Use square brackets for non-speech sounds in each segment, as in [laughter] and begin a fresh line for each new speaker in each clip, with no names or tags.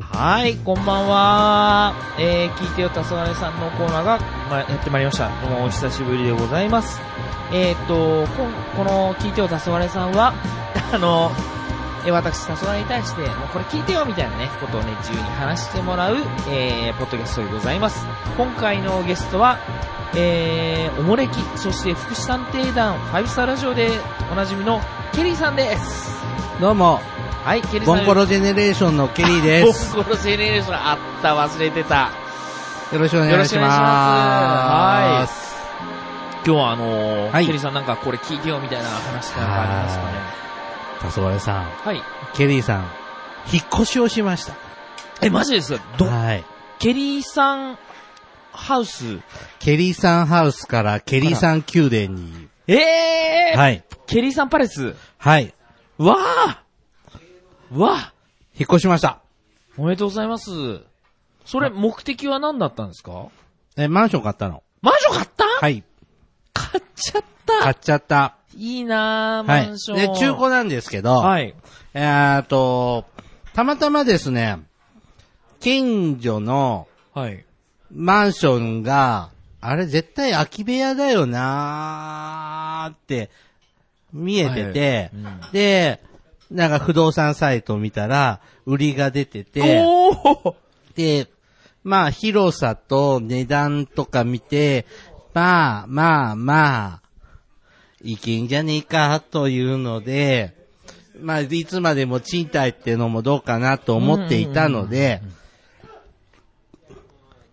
はい、こんばんは。えー、聞いてよたそがれさんのコーナーが、ま、やってまいりました。どうもお久しぶりでございます。えー、っと、こんこの聞いてよたそがれさんは、 [laughs] あの、えー私、たそがれに対して、もうこれ聞いてよみたいなね、ことをね、自由に話してもらう、えー、ポッドキャストでございます。今回のゲストは、えー、おもれき、そして福祉探偵団、ファイブスターラジオでおなじみのケリーさんです。
どうも、
はい、ケリーさん。
ボンコロジェネレーションのケリ
[laughs]
ーです。
ボンコロジェネレーションあった、忘れてた。
よろしくお願いしま
は
す。
い。今日はあのー、
はい
ケリーさんなんかこれ聞いてよみたいな話なんかありますかね。
たそがれさん、
はい。
ケリーさん、引っ越しをしました。
え、マジですど、
はい。
ケリーさんハウス。
ケリーさんハウスからケリーさん宮殿に。
ええー
はい。
ケリーさんパレス。
はい。
わあわあ
引っ越しました。
おめでとうございます。それ、目的は何だったんですか
え、マンション買ったの。
マンション買った、
はい。
買っちゃっ
[laughs] 買
た
っちゃった。
いいなあマ
はい
ン。ション。
で、中古なんですけど、
はい。
えーっと、たまたまですね、近所の、
はい。
マンションが、あれ絶対空き部屋だよなーって見えてて、
はいうん
で、なんか不動産サイト見たら、売りが出てて、
おー
で、まあ広さと値段とか見て、まあまあまあ、いけんじゃねえかというので、まあいつまでも賃貸ってのもどうかなと思っていたので、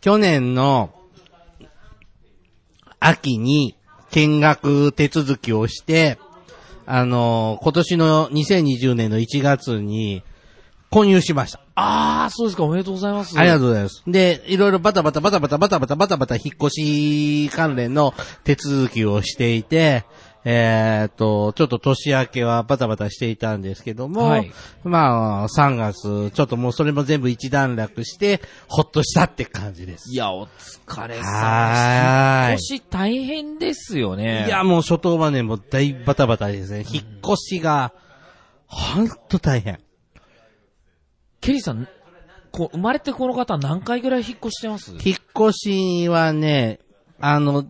去年の秋に見学手続きをして、あの今年の2020年の1月に購入しました。
ああ、そうですか、おめでとうございます。
ありがと
う。
うございます。で、いろいろバタバタバタバタバタバタバタバタ引っ越し関連の手続きをしていて、えーっと、ちょっと年明けはバタバタしていたんですけども、
はい
まあ、3月、ちょっともうそれも全部一段落して、ほっとしたって感じです。
いや、お疲れ様
はーい。
年大変ですよね。
いや、もう初頭はね、もう大バタバタですね。引っ越しが、ほんと大変。
ケリーさん、こう、生まれてこの方何回ぐらい引っ越してます
引っ越しはね、あの、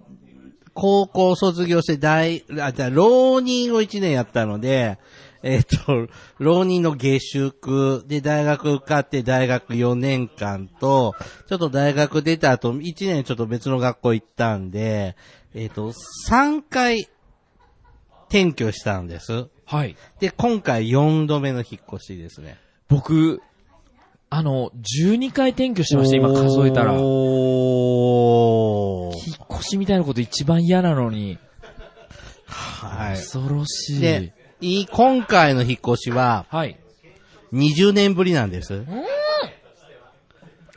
高校卒業して大、あ、じゃあ浪人を1年やったので、えっと、浪人の下宿で大学受かって大学4年間と、ちょっと大学出た後、1年ちょっと別の学校行ったんで、えっと、3回転居したんです。
はい。
で、今回4度目の引っ越しですね。
僕、あの、12回転居してました、今数えたら。引
お
っ
ー
越しみたいなこと一番嫌なのに、
は
恐ろし
い。
い。
で、い今回の引っ越しは
はい。
20年ぶりなんです。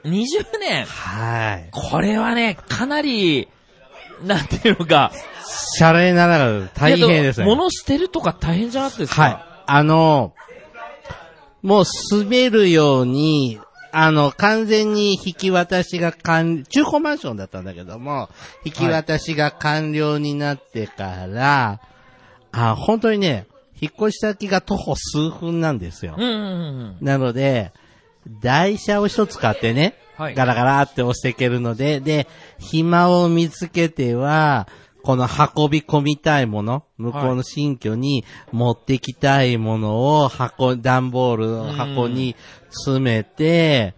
20年
はい。
これはね、かなり、なんていうのか。
シャレならぬ大変ですね。
いやも物捨てるとか大変じゃなくてですか
はい。あの、もう住めるように、あの、完全に引き渡しが完、中古マンションだったんだけども、引き渡しが完了になってから、あ、本当にね、引っ越し先が徒歩数分なんですよ
う。んうんうん。
なので、台車を一つ買ってね、
はい
ガラガラって押していけるので、で、暇を見つけては、この運び込みたいもの、向こうの新居に持ってきたいものを箱、段ボールの箱に詰めて、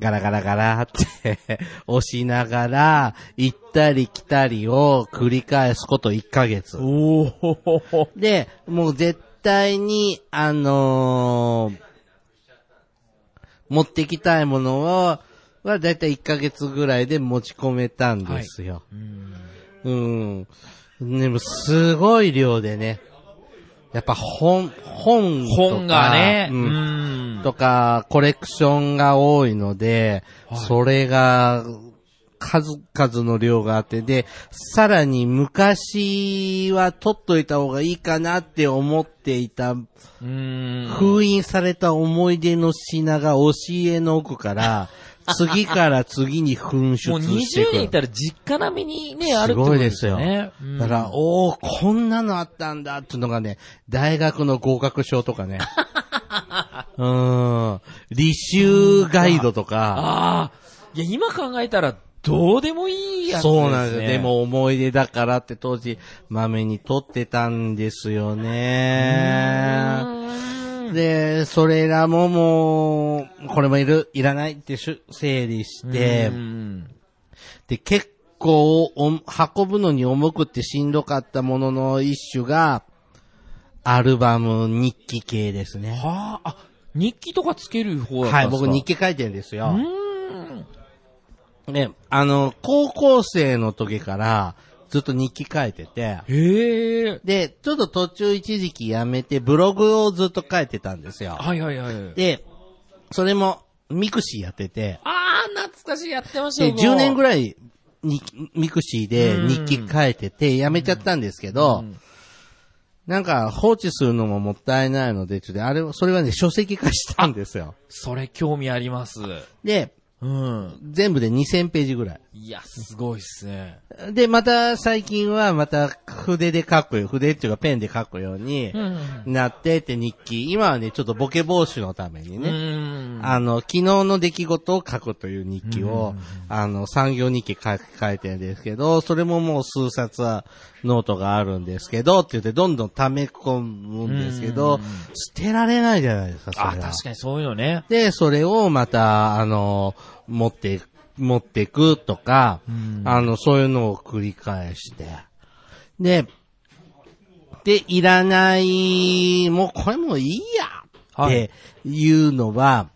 ガラガラガラって [laughs] 押しながら、行ったり来たりを繰り返すこと1ヶ月。
おお。
で、もう絶対に、あのー持ってきたいものを、はだいたい1ヶ月ぐらいで持ち込めたんですよ。うん。でも、すごい量でね。やっぱ本、本とか。
本がね、
う
うんん。
とか、コレクションが多いので、それが、数々の量があって、で、さらに昔は取っといた方がいいかなって思っていた、
うん。
封印された思い出の品が押し家の奥
[laughs]
から、次から次に噴
もう
出してい
20
く。
年いたら実家並みにね、あるって
す
こ
ご
と
いで
ですす
よ。
よね。うん
だから、
[laughs]
おー、こんなのあったんだっていうのがね、大学の合格証とかね。うん。履修ガイドとか。
ああ。いや、今考えたら、どうでもいいやつですね。
そうなんですよ。で、も思い出だからって当時、豆に撮ってたんですよね。で、それらももう、これもいる、いらないってしゅ整理して、
うん。
で、結構おん運ぶのに重くってしんどかったものの一種が、アルバム日記系ですね。
はあ、あ、日記とかつける方だったん
はい、
ですか
僕日記書いてるんですよ。
うん。
ね、あの、高校生の時からずっと日記書いてて、
へえ。
で、ちょっと途中一時期やめて、ブログをずっと書いてたんですよ。
はいはいはい。で
で、それも、ミクシーやってて、
ああ、懐かしい、やってました
で、
よ。
10年ぐ
らい。
らいに、ミクシーで日記書いてて、やめちゃったんですけど、なんか放置するのももったいないので、ちょっとあれを、それはね、書籍化したんですよ。
それ興味あります。
で、
うん。
全部で2000ページぐらい。
いや、すごいっすね。
で、また最近はまた筆で書くよ、筆っていうかペンで書くようになってって日記。今はね、ちょっとボケ防止のために
う
ね、
ん。
あの、昨日の出来事を書くという日記を、あの、産業日記書書いてるんですけど、それももう数冊はノートがあるんですけど、って言ってどんどん溜め込むんですけど、捨てられないじゃないですか、それは
あ、確かにそういうのね。
で、それをまた、あの、持って、持ってくとか、あの、そういうのを繰り返して。で、で、いらない、もうこれもういいやっ
は
て
い
いうのは、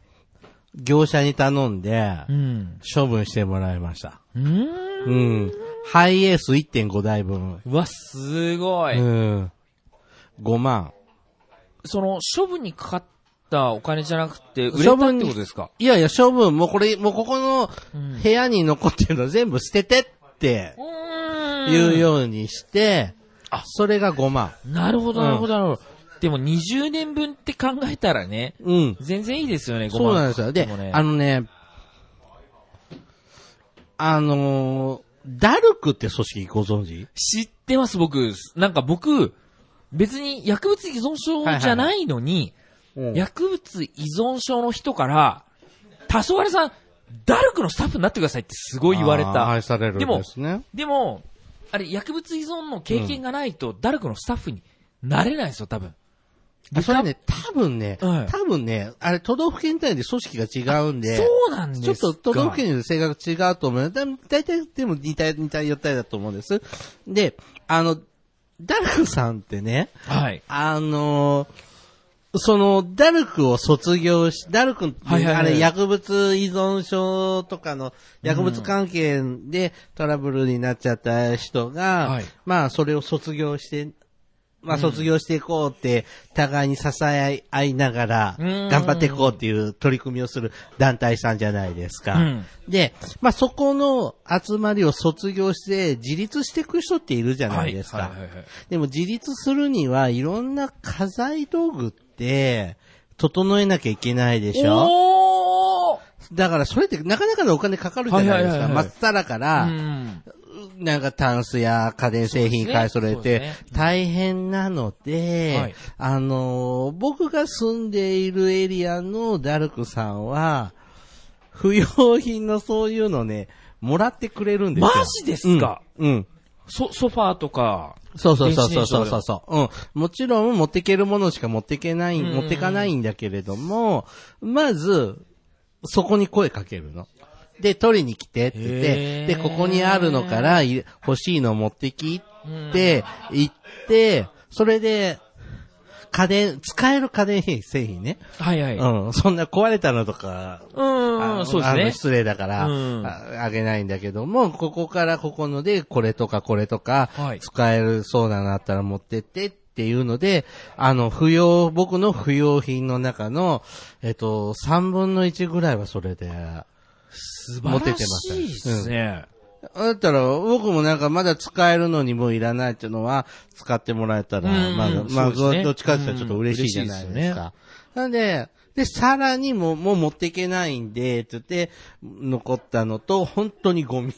業者に頼んで、
うん。
処分してもらいました。
うん。
うん。ハイエース1.5台分。
うわ、すご
う
い。
ん。5万。
その、処分にかかったお金じゃなくて、売れたっ
処分
て
に
ことですか
いやいや、処分、もうこれ、もうここの部屋に残ってるの全部捨ててって
うん
いうようにして、
あ
それが5万。
なるほど、なるほど、なるほど。でも20年分って考えたらね、
うん。
全然いいですよね、
そうなんですよ。で、あ
の、
のね、あのーダルクって組織ご存知
知ってます、僕。なんか僕、別に薬物依存症じゃないのに、薬物依存症の人から、黄昏さん、ダルクのスタッフになってくださいってすごい言われ
あー
た。
愛されるん
でも
ですね。
でも、あれ、薬物依存の経験がないと、ダルクのスタッフになれないですよ、多分。
あそれね、多分ね、
はい
多分ね、あれ、都道府県単位で組織が違うんで、
そうなんです
ちょ
か
っと都道府県によって性格違うと思う。だ大体でも似た、似た、寄ったりだと思うんです。で、あの、ダルクさんってね、
はい。
あのーその、ダルクを卒業し、ダルクって、
はいはいはい
あれ、薬物依存症とかの、薬物関係でトラブルになっちゃった人が、
はい
まあ、それを卒業して、まあ、卒業していこうって、互いに支え合いながら、
うん
頑張っていこうっていう取り組みをする団体さんじゃないですか。
うん
で、まあ、そこの集まりを卒業して、自立していく人っているじゃないですか。
はいはいはいはい
でも自立するにはいろんな家財道具って整えなきゃいけないでしょ
おー
だからそれってなかなかのお金かかるじゃな
は
いです
いはい
か。
はいはい
まっさらか
う
ら、
ん。
なんかタンスや家電製品買い揃え
そうです
て
ね
大変なの
は
で
い、
あのー、僕が住んでいるエリアのダルクさんは、不要品のそういうのね、もらってくれるんですよ。
マジですか
うんうん。
ソ、ソファーとか。
そうそうそうそ
電
う
子レンジ
そうそう
とか
そう。うん。もちろん持っていけるものしか持っていけない、
ん
持ってかないんだけれども、まず、そこに声かけるの。で、取りに来てって言って
へ、ー
で、ここにあるのからい欲しいの持ってきって、行って、それで、家電、使える家電品製品ね。
はいはい。
うん。そんな壊れたのとか、
う
あ
ん、そう
あの
ですね。
失礼だから、
うん
ああげないんだけども、ここからここので、これとかこれとか
はい、
使えるそうなのあったら持ってってっていうので、あの、不要、僕の不要品の中の、えっと、3分の1ぐらいはそれで。
素
晴
晴
ら
ら
し
し
い
い
っ
ですすね。
だったら、僕もなんかまだ使えるのにもういらないっていうのは、使ってもらえたら、
うん
まあ、まあ、
そうですね
どっちかって言ったらちょっと嬉しいじゃないですか。なんで、で、さらにもう、もう持っていけないんで、つって、残ったのと、本当にゴミ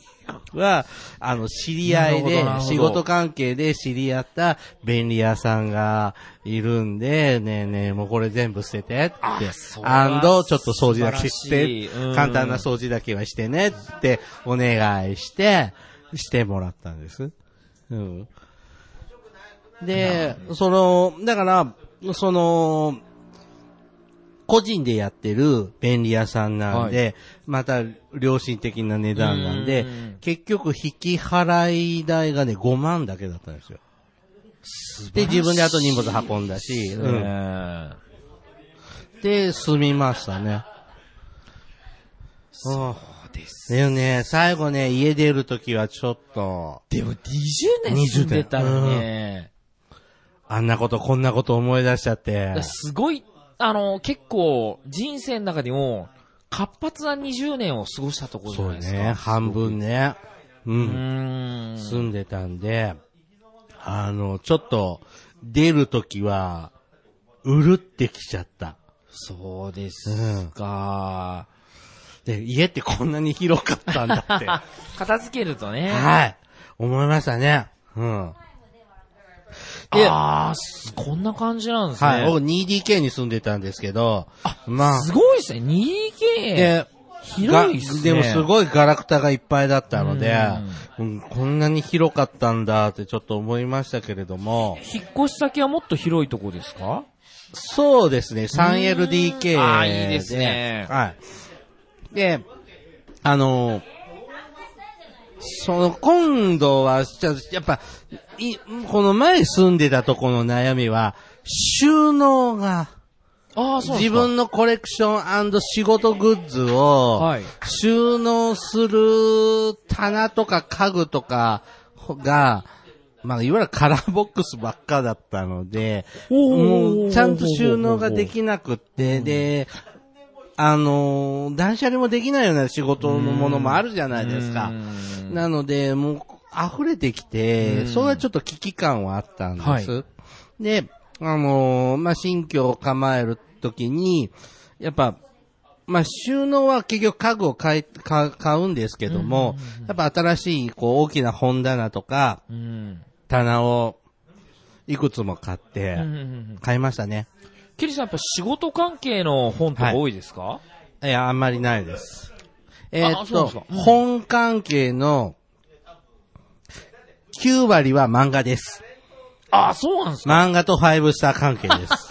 は、あの、知り合い
なるほどなる
で、
ほど
仕事関係で知り合った便利屋さんがいるんで、ねえねえ、もうこれ全部捨てて、って
そ。れは
アンド、ちょっと掃除だけし
素晴
て
らしいうん、
簡単な掃除だけはしてね、ってお願いして、してもらったんです。うん。で、その、だから、その、個人でやってる便利屋さんなんで、また良心的な値段なんで
うん、
結局引き払い代がね、5万だけだったんですよ。で、自分であと荷物運んだし、
ね
うん、で、済みましたね。そう
そうです。
でもね、最後ね、家出るときはちょっと、
でも20年住んでたらね、
あんなことこんなこと思い出しちゃって
だから。すごい、あの、結構人生の中でも活発な20年を過ごしたところじゃ
そ
な
う
いですか。
ね、半分ね。う
うんーん。
住んでたんで、あの、ちょっと、出るときは、うるってきちゃった。
そうですか。
で、家ってこんなに広かったんだっ
[laughs]
て。
あ、片付けるとね。
はい。思いましたね。うん。で、は
ああ、すこんな感じなんですね。
い。僕 2DK に住んでたんですけど、まあ
す、ごいですね。2K。
で、
広いっすね
がでもすごいガラクタがいっぱいだったので、うんこんなに広かったんだってちょっと思いましたけれども、
引っ越し先はもっと広いとこですか
そうですね、3LDK で。
あーいいですね
はい。で、あの、その、今度は、ちょっとやっぱ、い、この前住んでたとこの悩みは、収納が、
ああ、そうなんで
自
すか
分のコレクション仕事グッズを
はい、
収納する棚とか家具とかが、まあ、いわゆるカラーボックスばっかだったので、
おー
もうちゃんと収納ができなくって、で、あのー断捨離もできないような仕事のものもあるじゃないですか。なので、もう、溢れてきて、それはちょっと危機感はあったんです。
は
で、あのーまあ、新居を構えるときに、やっぱ、まあ、収納は結局家具を買い買買うんですけども、やっぱ新しい、こう、大きな本棚とか、
うん。
棚を、いくつも買っ
うんう
て、
ん。
買いましたね。
ケリーさんやっぱ仕事関係の本とか多いですか、
いや、あんまりないです。えーっ
そう
と
ですか、うん
本関係の9割は漫画です。
ああ、そうなんですか
漫画とファイブスター関係です。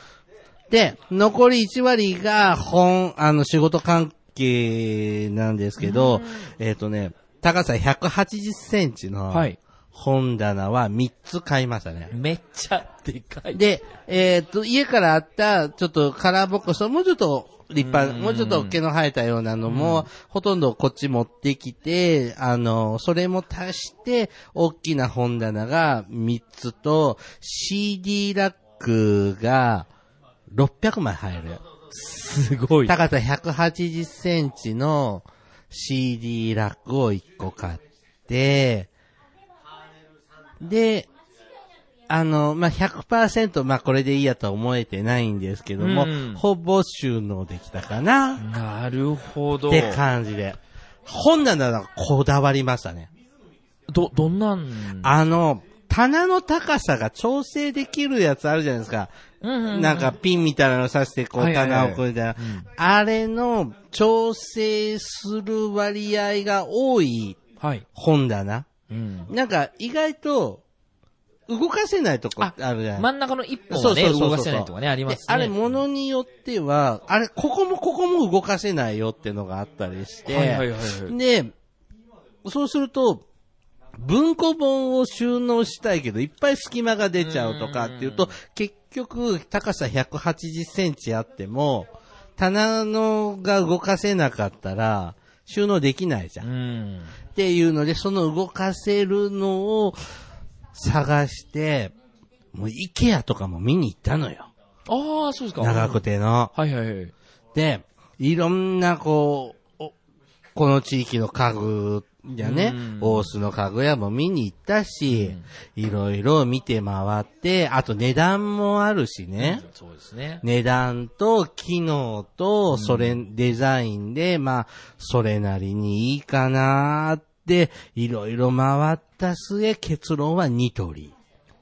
[laughs]
で、残り1割が本、あの、仕事関係なんですけど、えーっとね、高さ180センチの
はい
本棚は3つ買いましたね。
めっちゃでかい。
で、えーっと、家からあった、ちょっとカラーボックスをもうちょっと立派、もうちょっと毛の生えたようなのも、ほとんどこっち持ってきて、あの、それも足して、大きな本棚が3つと、CD ラックが600枚入る。
すごい。
高さ180センチの CD ラックを1個買って、で、あの、まあ、100%、まあ、これでいいやとは思えてないんですけども、
うん
ほぼ収納できたかな
なるほど
っ。て感じで。本棚はこだわりましたね。
ど、どんなん
あの、棚の高さが調整できるやつあるじゃないですか。
うんうん
なんかピンみたいなの刺して、こ
は
う
いはいはい
棚をこうみたいな。あれの調整する割合が多い
はい。
本棚。
うん。
なんか意外と動かせないとこあ
あ
るじゃないですか
真ん中の一本をね、動かせないとかね、ありますね。
であれ、ものによっては、あれ、ここもここも動かせないよってのがあったりして、
はいはいはいはい
で、そうすると、文庫本を収納したいけど、いっぱい隙間が出ちゃうとかっていうと、結局、高さ180センチあっても、棚のが動かせなかったら、収納できないじゃん
う。ん。
っていうので、その動かせるのを探して、もう IKEA とかも見に行ったのよ。
ああ、そうですか。
長久手の。
はいはいはい。
で、いろんなこう、おこの地域の家具じゃね
うん、
大須の家具屋も見に行ったし、いろいろ見て回って、あと値段もあるしね。
そうですね。
値段と機能と、それ、デザインで、まあ、それなりにいいかなーって、いろいろ回った末、結論はニトリ。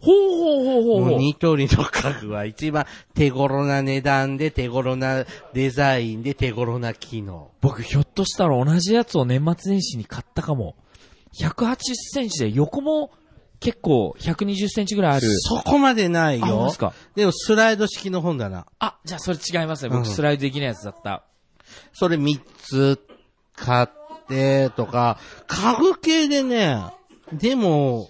ほうほうほうほうほ
も
う
う。ニトリの家具は一番手頃な値段で、手頃なデザインで、手頃な機能。
僕、ひょっとしたら同じやつを年末年始に買ったかも。180センチで横も結構120センチぐらいある。
そこまでない
あ本当
よ
ですか。
でもスライド式の本棚。
あ、じゃあそれ違いますね。
うん
僕、スライドできないやつだった。
それ3つ買ってとか、家具系でね、でも、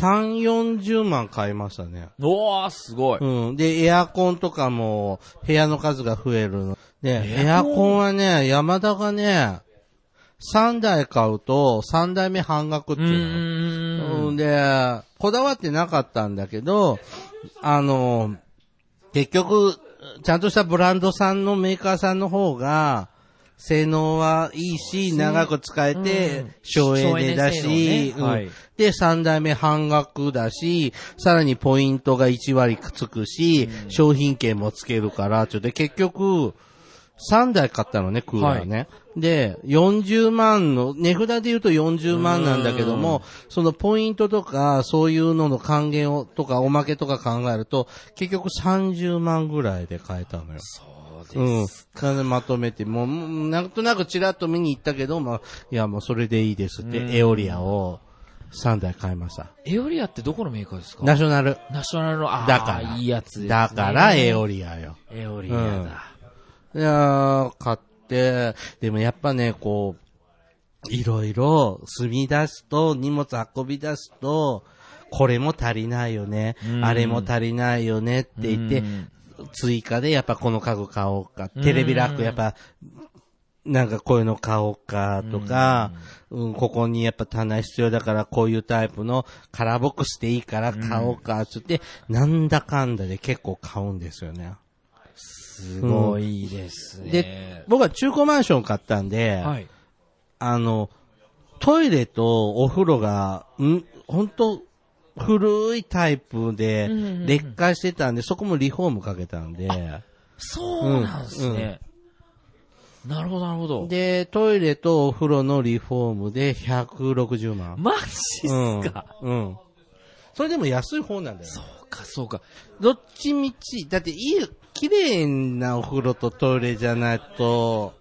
3、40万買いましたね。
おー、すごい。
うん。で、エアコンとかも、部屋の数が増えるの。ね、エアコンはね、山田がね、3台買うと、3台目半額って
う
いうの。
ー。
うんん、で、こだわってなかったんだけど、あの、結局、ちゃんとしたブランドさんのメーカーさんの方が、性能はいいし、長く使えて
うん、
省エネだ
省エネ
し、
性能ねはい
うんで、3代目半額だし、さらにポイントが1割くっつくし、商品券もつけるから、ちょっと結局、3台買ったのね、クーラーね。で、40万の、値札で言うと40万なんだけども、そのポイントとか、そういうのの還元を、とか、おまけとか考えると、結局30万ぐらいで買えたのよ。
そうで
うん。金まとめて、もうもう、なんとなくちらっと見に行ったけど、まあ、いや、もうそれでいいですって、エオリアを3台買いました。
エオリアってどこのメーカーですか
ナショナル。
ナショナルの、あー
だから。
いいやつです、ね。
だから、エオリアよ。
エオリアだ。
いやー、買って、でもやっぱね、こう、いろいろ積み出すと、荷物運び出すと、これも足りないよね、あれも足りないよねって言って、追加でやっぱこの家具買おうか、テレビラックやっぱ、なんかこういうの買おうかとか、うん、ここにやっぱ棚必要だからこういうタイプのカラーボックスでいいから買おうかつって、なんだかんだで結構買うんですよね。
すごいですね。
で、僕は中古マンション買ったんで、
はい。
あの、トイレとお風呂が、ん、ほんと、古いタイプで、劣化してたんで、そこもリフォームかけたんで、
そうなんですね。なるほど、なるほど。
で、トイレとお風呂のリフォームで160万。
マジっすか、
うん。うん。それでも安い方なんだよね。
そうか、そうか。
どっちみち、だっていい、綺麗なお風呂とトイレじゃないと、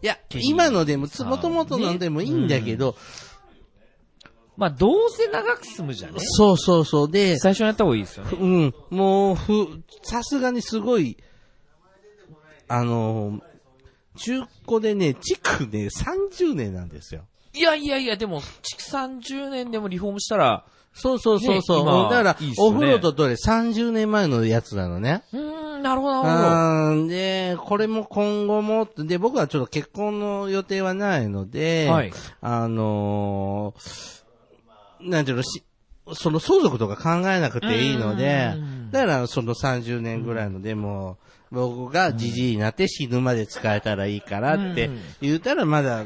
いや、今のでも、つもともとのでもいいんだけど、
まあ、どうせ長く住むじゃね。
そうそうそう。で、
最初にやった方がいいですよね。
うん、もう、ふ、さすがにすごい、あのー、中古でね、築ね、30年なんですよ。
いやいやいや、でも、築30年でもリフォームしたら、
そうそうそうそう。
ね今
だから
いいっすよ
お
ね
風呂とトイレ30年前のやつなのね。
うーん、なるほど、なる
あーで、これも今後も、で、僕はちょっと結婚の予定はないので、
はい
あのーなんていうの、し、その相続とか考えなくていいので
う、ん
だからその30年ぐらいのでも、僕がじじいになって死ぬまで使えたらいいからって
うん
言ったらまだ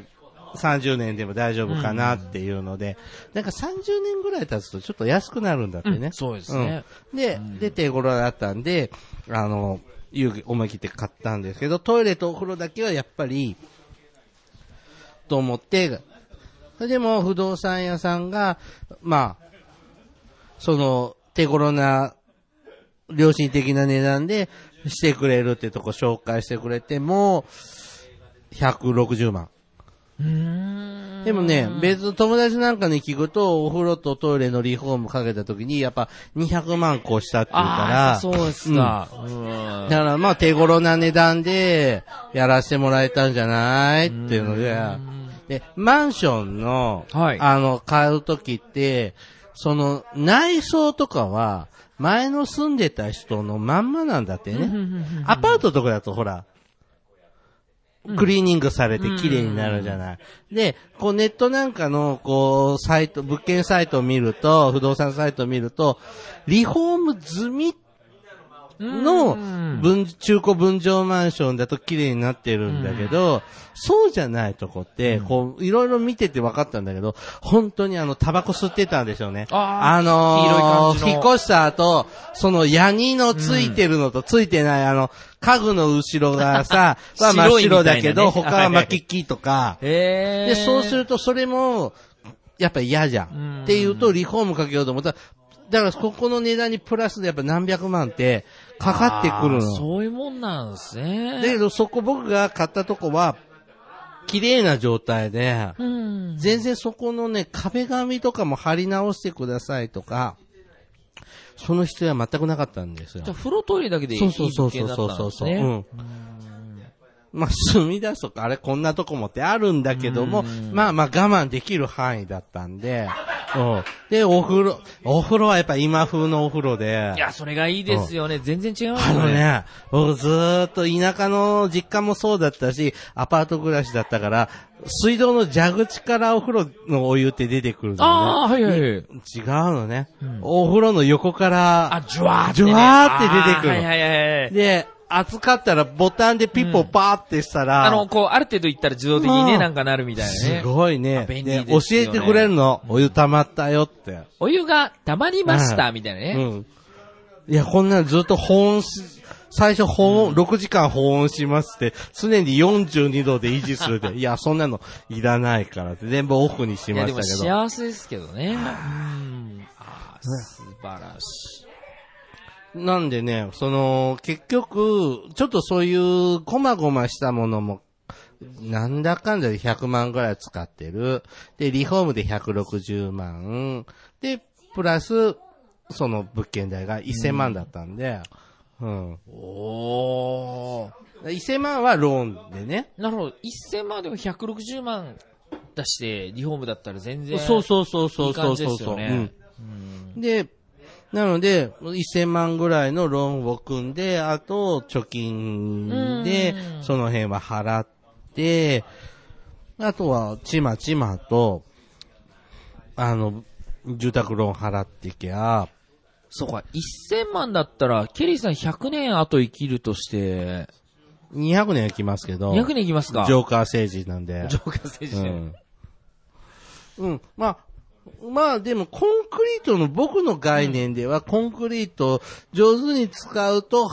30年でも大丈夫かなっていうので、なんか30年ぐらい経つとちょっと安くなるんだって
ほど。
ね。
うんそうですね。
うんで、で、手頃だったんで、あの、勇気、思い切って買ったんですけど、トイレとお風呂だけはやっぱり、と思って、それでも不動産屋さんが、まあ、その、手頃な、良心的な値段でしてくれるってとこ紹介してくれても、160万。
うーん。
でもね、別の友達なんかに聞くと、お風呂とトイレのリフォームかけた時に、やっぱ200万個したっていう
あ
か
あ、
ら、
そうですか。うーん
だからまあ手頃な値段でやらせてもらえたんじゃないっていうので、で、マンションの、
はい
あの、買う時って、その内装とかは、前の住んでた人のまんまなんだってね。アパートとかだとほら、クリーニングされて綺麗になるじゃない。で、こうネットなんかの、こう、サイト、物件サイトを見ると、不動産サイトを見ると、リフォーム済みの
うん
分、中古分譲マンションだと綺麗になってるんだけど、そうじゃないとこって、こう、いろいろ見てて分かったんだけど、本当にあの、タバコ吸ってたんでしょうね。
あー
のー
黄色い感じの
引っ越した後、そのヤニのついてるのとついてない、あの、家具の後ろ
[laughs]
がさ、は真
白
っ
いみた
白
いなね
だけど、他は巻き木とか、
え
で、そうす
る。
るとそれも、やっぱ嫌じゃ
うん
ん。っていうと、リフォームかけようと思ったら、だからここの値段にプラスでやっぱ何百万ってかかってくる
あー
の。
そういうもんなんですね。
だけどそこ僕が買ったとこは、綺麗な状態で、
うん。
全然そこのね、壁紙とかも貼り直してくださいとか、その必要は全くなかったんですよ
じゃあ。風呂トイレだけでいい
そうそうそうそ
物件
う
だっ
そう
たん
そ
で
う
す
そう。
ね
うん。まあ、住み出すとか、あれこんなとこもってあるんだけども、まあまあ我慢できる範囲だったんで、うん。で、お風呂、お風呂はやっぱ今風のお風呂で
い、や、それがいいですよね。全然違います
あ
よ
の。ね、僕ずーっと田舎の実家もそうだったし、アパート暮らしだったから、水道の蛇口からお風呂のお湯って出てくるのね。
ああ、はいはいはい。
違うのね、お風呂の横から、
あ、ジュワーって、
ジ
ね。
ュワーって出てくる
あーはいはいはいはい。
で、暑かったらボタンでピッポパーってしたら、
あの、こう、ある程度行ったら自動的にね、
うん
なんかなるみたいなね。
すごい
あ
ね。
便利ですよね
教えてくれるの。お湯溜まったよって。
お湯が溜まりました、
うん
みたいな
う
ね。
ん。いや、こんなのずっと保温し、最初保温、6時間保温しますって、常に42度で維持す
[laughs]
るで。いや、そんなのいらないからって、全部オフにし
い
ま
や、
し
で
た
も
けど。
幸せですけどね。うん。あー素晴らしい。
なんでね、その、結局、ちょっとそういう、こまごましたものも、なんだかんだで100万ぐらい使ってる。で、リフォームで160万。で、プラス、その物件代が1000万だったんで、うん。
おー。
1000万はローンでね。
なるほど。1000万でも160万出して、リフォームだったら全然。
そうそうそうそうそう
いい感じで
そう
す
そう
よね
うんで、なので、1000万ぐらいのローンを組んで、あと、貯金で
う、ん
その辺は払って、あとは、ちまちまと、あの、住宅ローン払ってきゃ、
そうか。1000万だったら、ケリーさん100年後生きるとして、
200年はきますけど、
200年いきますか。
ジョーカー政治なんで。
[laughs] ジョーカー選手。
うん。うん。まあ、まあでもコンクリートの僕の概念では、コンクリートを上手に使うと、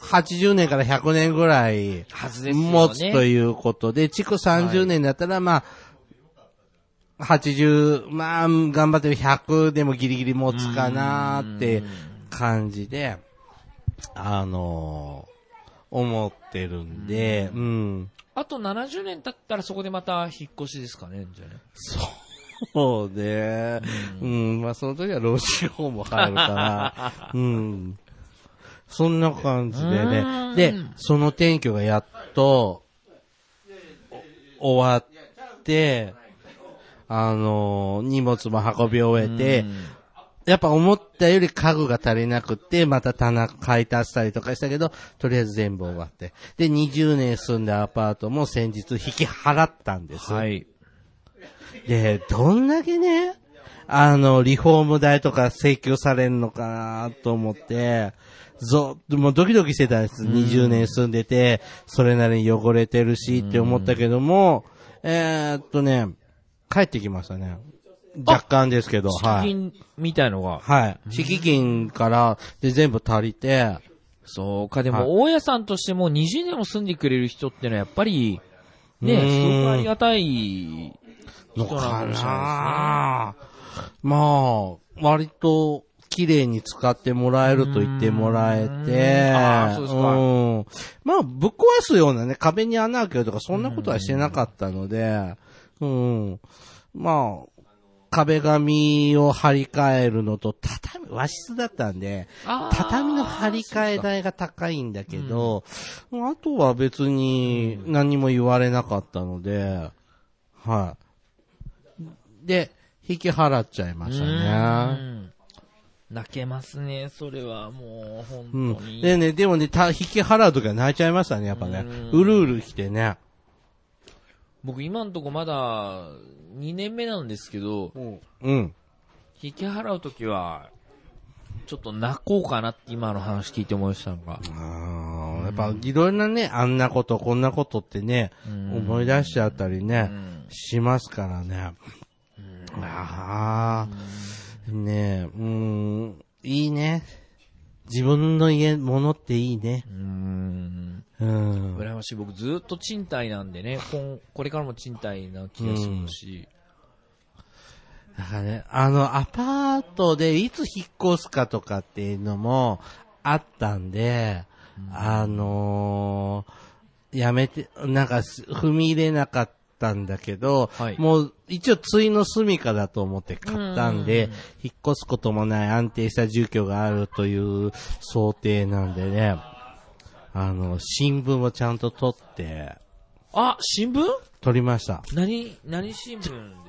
80年から100年ぐらい
はずですよね。
持つということで、築30年だったら、まあ、80、まあ、頑張って100でもギリギリ持つかなーって感じで、あのー思ってるんで、うん。
あと70年経ったらそこでまた引っ越しですかね、じゃあね。
[laughs] そうね。うん、まあその時は老人ホーム入るから、うん。そんな感じで
うん
ね。で、その転居がやっと、お終わって、あのー荷物も運び終えて、やっぱ思ったより家具が足りなくて、また棚買い足したりとかしたけど、とりあえず全部終わって。で、20年住んだアパートも先日引き払ったんです。
い。
で、どんだけね、あの、リフォーム代とか請求されるのかなと思って、ぞ、もうドキドキしてたんです。20年住んでて、それなりに汚れてるしって思ったけども、えーっとね、帰ってきましたね。若干ですけど、は
資
い。
金みたいのが。
はい。敷金から、で、全部足りて、
そうか、で
はい
も大家さんとしても20年も住んでくれる人ってのはやっぱり、ね、
う
す
ん
ごくありがたい。
のか
そう
なまあ、割と、綺麗に使ってもらえると言ってもらえ
う
て、
んあーそうですか
うんまあ、ぶっ壊すようなね、壁に穴開けるとか、そんなことはしてなかったので、うん。まあ、壁紙を張り替えるのと、畳、和室だったんで、
あー
畳の張り替え代が高いんだけど、あとは別に何も言われなかったので、はい。で、引き払っちゃいましたね。
うん泣けますね、それはもう、
う
本当
ん。
に。
でね、でもね、た引き払うときは泣いちゃいましたね、やっぱね。うるうる来てね。
僕今んとこまだ2年目なんですけど、
うん。
引き払うときは、ちょっと泣こうかなって今の話聞いて思いましたのが。
ああ、やっぱいろんなね、あんなこと、こんなことってね、思い出しちゃったりね、しますからね。ああ、ねえ、うん、いいね。自分の家、ものっていいね。
うーん。
うん。
羨ましい。僕ずっと賃貸なんでね、こんこれからも賃貸な気がするし。
だからね、あの、アパートでいつ引っ越すかとかっていうのもあったんで、あのーやめて、なんかす踏み入れなかったんだけど、
はい
もう一応ついの住処だと思って買ったんで、引っ越すこともない安定した住居があるという想定なんでね、あの、新聞をちゃんと取って、
あ、新聞
取りました。
何、何新聞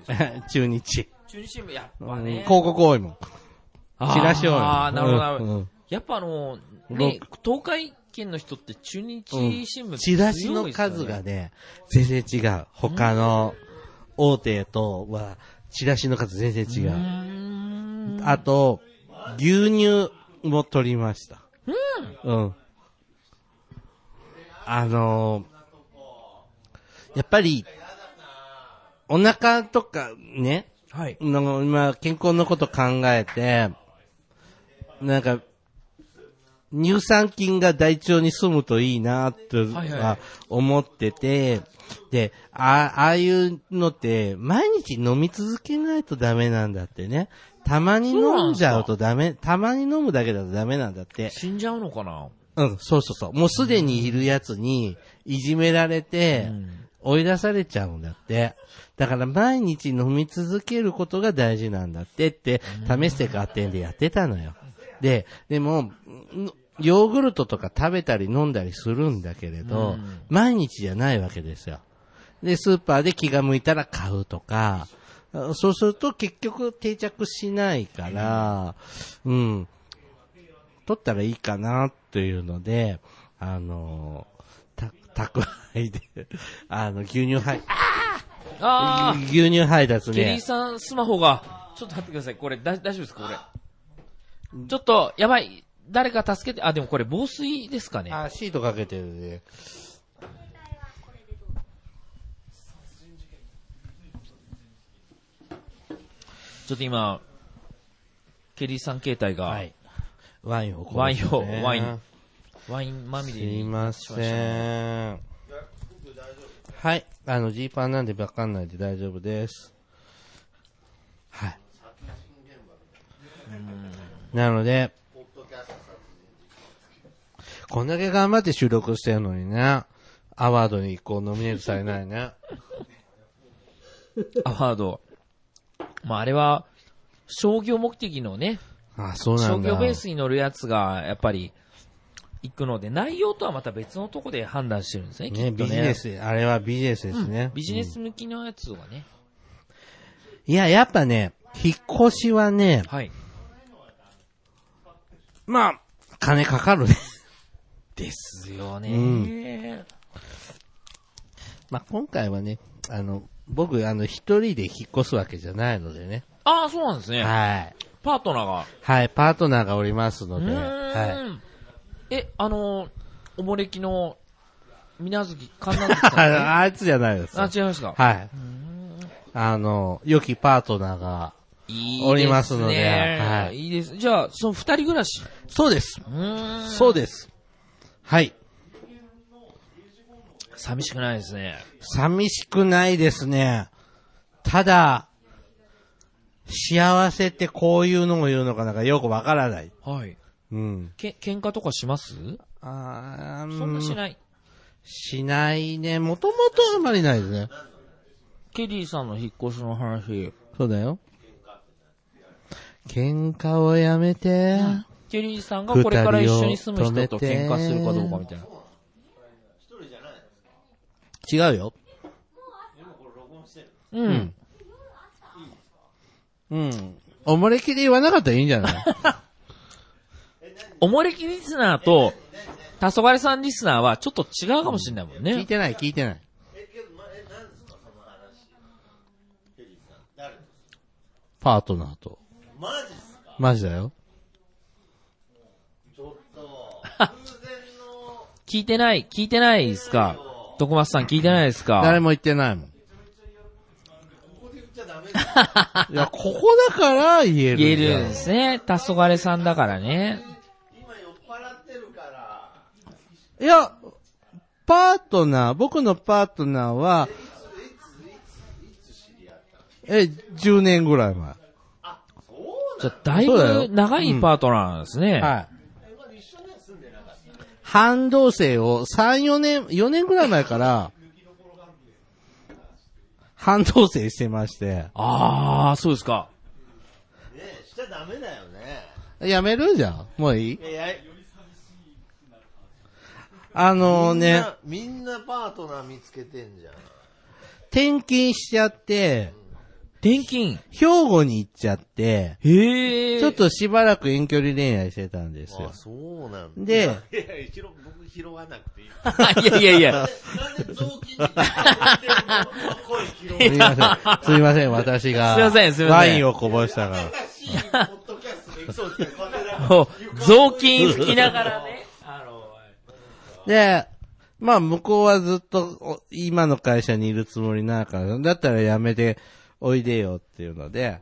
ですか
[laughs] 中日。
中日新聞やっ
う
ぱ
ん
ね
[laughs] 広。告多いもん。チラシをね
ああ、なるほど、なるほ
うんう
ど
ん。
やっぱあの、ね、東海圏の人って中日新聞強いですよね
チラシの数がね、全然違う。他の大手とは、チラシの数全然違
う
う。
ーん
あと、牛乳も取りました。うん。あのーやっぱり、お腹とかね、
はい。
の今、健康のこと考えて、なんか、乳酸菌が大腸に住むといいなって
はい
は思ってて、で、あああいうのって毎日飲み続けないとダメなんだってね。たまに飲んじゃうとダメ、たまに飲むだけだとダメなんだって。
死んじゃうのかな
うん、そうそうそう。もうすでにいるやつに、いじめられて、追い出されちゃうんだって。だから毎日飲み続けることが大事なんだってって、試して合点でやってたのよ。で、でも、んヨーグルトとか食べたり飲んだりするんだけれど、毎日じゃないわけですよ。で、スーパーで気が向いたら買うとか、あそうすると結局定着しないから、うん、取ったらいいかなっていうので、あのー、た、宅配で、 [laughs] あの、牛乳配、
あ
牛乳配達
あ、ケリー
ね。
さんスマホが、ちょっと待ってください。これ、だ大丈夫ですかこれ。ちょっと、やばい。誰か助けて、あ、でもこれ防水ですかね。
あ、シートかけてるね。
ちょっと今、ケリーさん携帯が、
はい。ワインをこぼ
ワイ
して
ンを、
ね
ワイン、ワインまみ
す
れ
い
に。
ません。はい。あの、ジーパンなんでわかんないで大丈夫です。はい。なので、こんだけ頑張って収録してるのにね、アワードにこうノミネートされないね。
アワード。まあ、あれは、商業目的のね、
あ、そうな
商
んだ。
業ベースに乗るやつが、やっぱり、行くので、内容とはまた別のとこで判断してるんですね、き
ね、
っとね。
ビジネ。ス、あれはビジネスですね。
ビジネス向きのやつはね。
いや、やっぱね、引っ越しはね、
はい。
まあ、金かかるね。
ですよね。
まあ、今回はね、あの、僕、あの、一人で引っ越すわけじゃないのでね。
ああ、そうなんですね。
はい。
パートナーが。
はい、パートナーがおりますの
う
で、は
ーん。え、あのー、おもれきの、みなずき、かんなずきさん、
[laughs]
ね。
い [laughs] 。あいつじゃないです。
あ
は、
違いますか。
い。あの、良きパートナーが、
いい
おりますので
ね
はい
いいです。じゃあ、その二人暮らし。
そうです。
うーん。
そうです。はい。
寂しくないですね。
寂しくないですね。ただ、幸せってこういうのも言うのかなんかよくわからない。
はい。
うん。
け、喧嘩とかします
あー
そんなしない。
しないね。もともとあんまりないですね。
ケリーさんの引っ越しの話。
そうだよ。喧嘩をやめて。
ケリーさんがこれから一緒に住む人と
二人を止
喧
めて
嘩するかどうかみたいな。
違うよ。
うん。
うん。おもれきで言わなかったらいいんじゃない
おもれきリスナーと、黄昏さんリスナーはちょっと違うかもしれ [laughs] ないもん
聞い
ね。
てない、聞いてない。パートナーと。マジだよ。
聞いてない、聞いてないですか徳松さん聞いてないです
誰
か
も言ってないもん。いや、ここだから言えるんだ
言え
よ。
るんですね。黄昏さんだからね。
いや、パートナー、僕のパートナーは、え、10年ぐらい前。
じゃあ、だい
そうだ
ぶ
よ
長いパートナーなんですね。
はい。半同棲を3、4年、4年ぐらい前から、半同棲してまして、
ああ、そうですか。
しちゃダメだよね。
やめるじゃん。もういい
いやい
あの
や
ね、
みんなみんなパートナー見つけてんじゃん。
転勤しちゃって、
転勤。
兵庫に行っちゃって、
へえ。
ちょっ。としばらく遠距離恋愛してたんですよ
あ、。そうなんだ。
で、
いやいや、広、僕拾わなくていい。
[laughs] いやいやいや。
なんで雑
[laughs]
巾に声拾う
すいません。すいません、私が。
すいませんすいません
ワインをこぼしたから。
しい、ポッドキャストできそうですね。こんななんか
もう雑巾拭きながらね。
で、まあ、向こうはずっと、お今の会社にいるつもりなから、だったら辞めておいでよっていうので、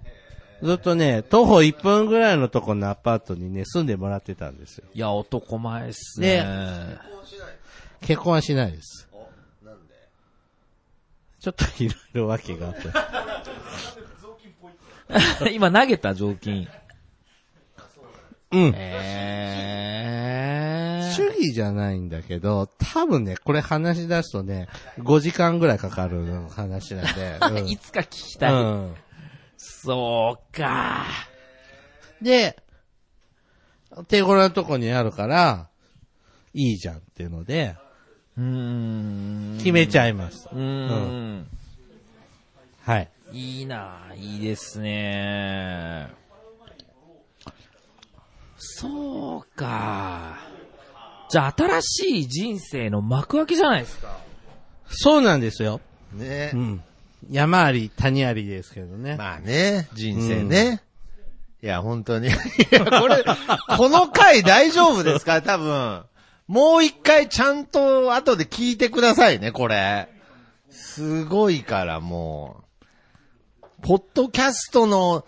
ずっとね、徒歩1分ぐらいのとこのアパートにね、住んでもらってたんですよ。
いや、男前っすね。
結婚はしないです。ちょっといろいろ訳があって。
[laughs] 今投げた雑巾。
うん。
え
主
ー。
義じゃないんだけど、多分ね、これ話し出すとね、5時間ぐらいかかる話なん
[laughs]
で。うん
いつか聞きたい。
うん。
そうか。
で、手頃のとこにあるから、いいじゃんっていうので、
うーん。
決めちゃいました。
うーん。
はい。
いいな、いいですね。そうか。じゃあ、新しい人生の幕開けじゃないですか。
そうなんですよ。
ね
うん。山あり、谷ありですけどね。
まあね、人生ね。いや、本当に。 [laughs] いや、これ、この回大丈夫ですか多分。もう一回ちゃんと後で聞いてくださいね、これ。すごいから、もう。ポッドキャストの、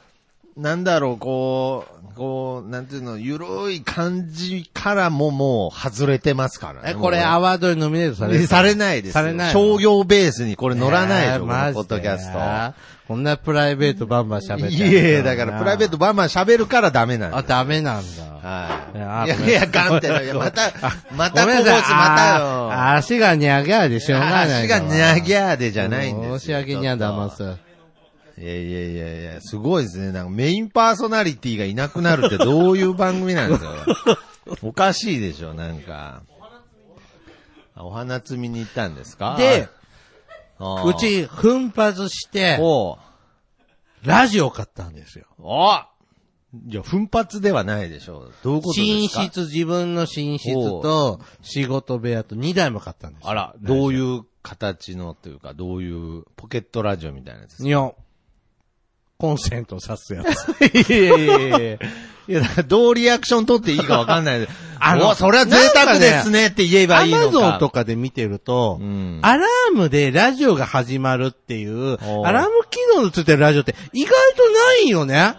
なんだろう、こう、こう、なんていうの、ゆるい感じからももう外れてますからね。
え、これ
もう
アワードにノミネートされる
されないですよ。
されない
商業ベースにこれ乗らないでしょ、
えー
こ
マジ
の
で
ポッドキャスト。
こんなプライベートバンバン喋って。
いえ、だからプライベートバンバン喋るからダメなん
あ、
だ。
ダメなんだ。
は
あ
い。いやいや、ガンってない。また、また
ご
こ
めん
ぼし、
なさい
またよ。
あ足がニャギャーでしょうがない
足
の
が
は。
ニャギャーでじゃないんですよ
申し訳にゃだます。
いやいやいやいや、すごいですね。なんかメインパーソナリティがいなくなるってどういう番組なんで
[laughs]
すかおかしいでしょ、なんか。あお花摘みに行ったんですか
で、
あー
う、ち奮発して、
おう
ラジオ買ったんですよ。
おいや、奮発ではないでしょう。どういうこと
寝
ですか
室、自分の寝室
お
と仕事部屋と2台も買ったんですよ
あら、どういう形のというか、どういうポケットラジオみたいなやつです
いや、コンセント挿すやつ。
か [laughs] いやいやい
[laughs]
やいや。いや、だからどうリアクション取っていいかわかん [laughs] ないです。
あの
おそれは贅沢ですねって言えば
ア
いいのか。
マゾンとかで見てると、
うん
アラームでラジオが始まるっていう、
お
アラーム機能のついてるラジオって意外とないよね。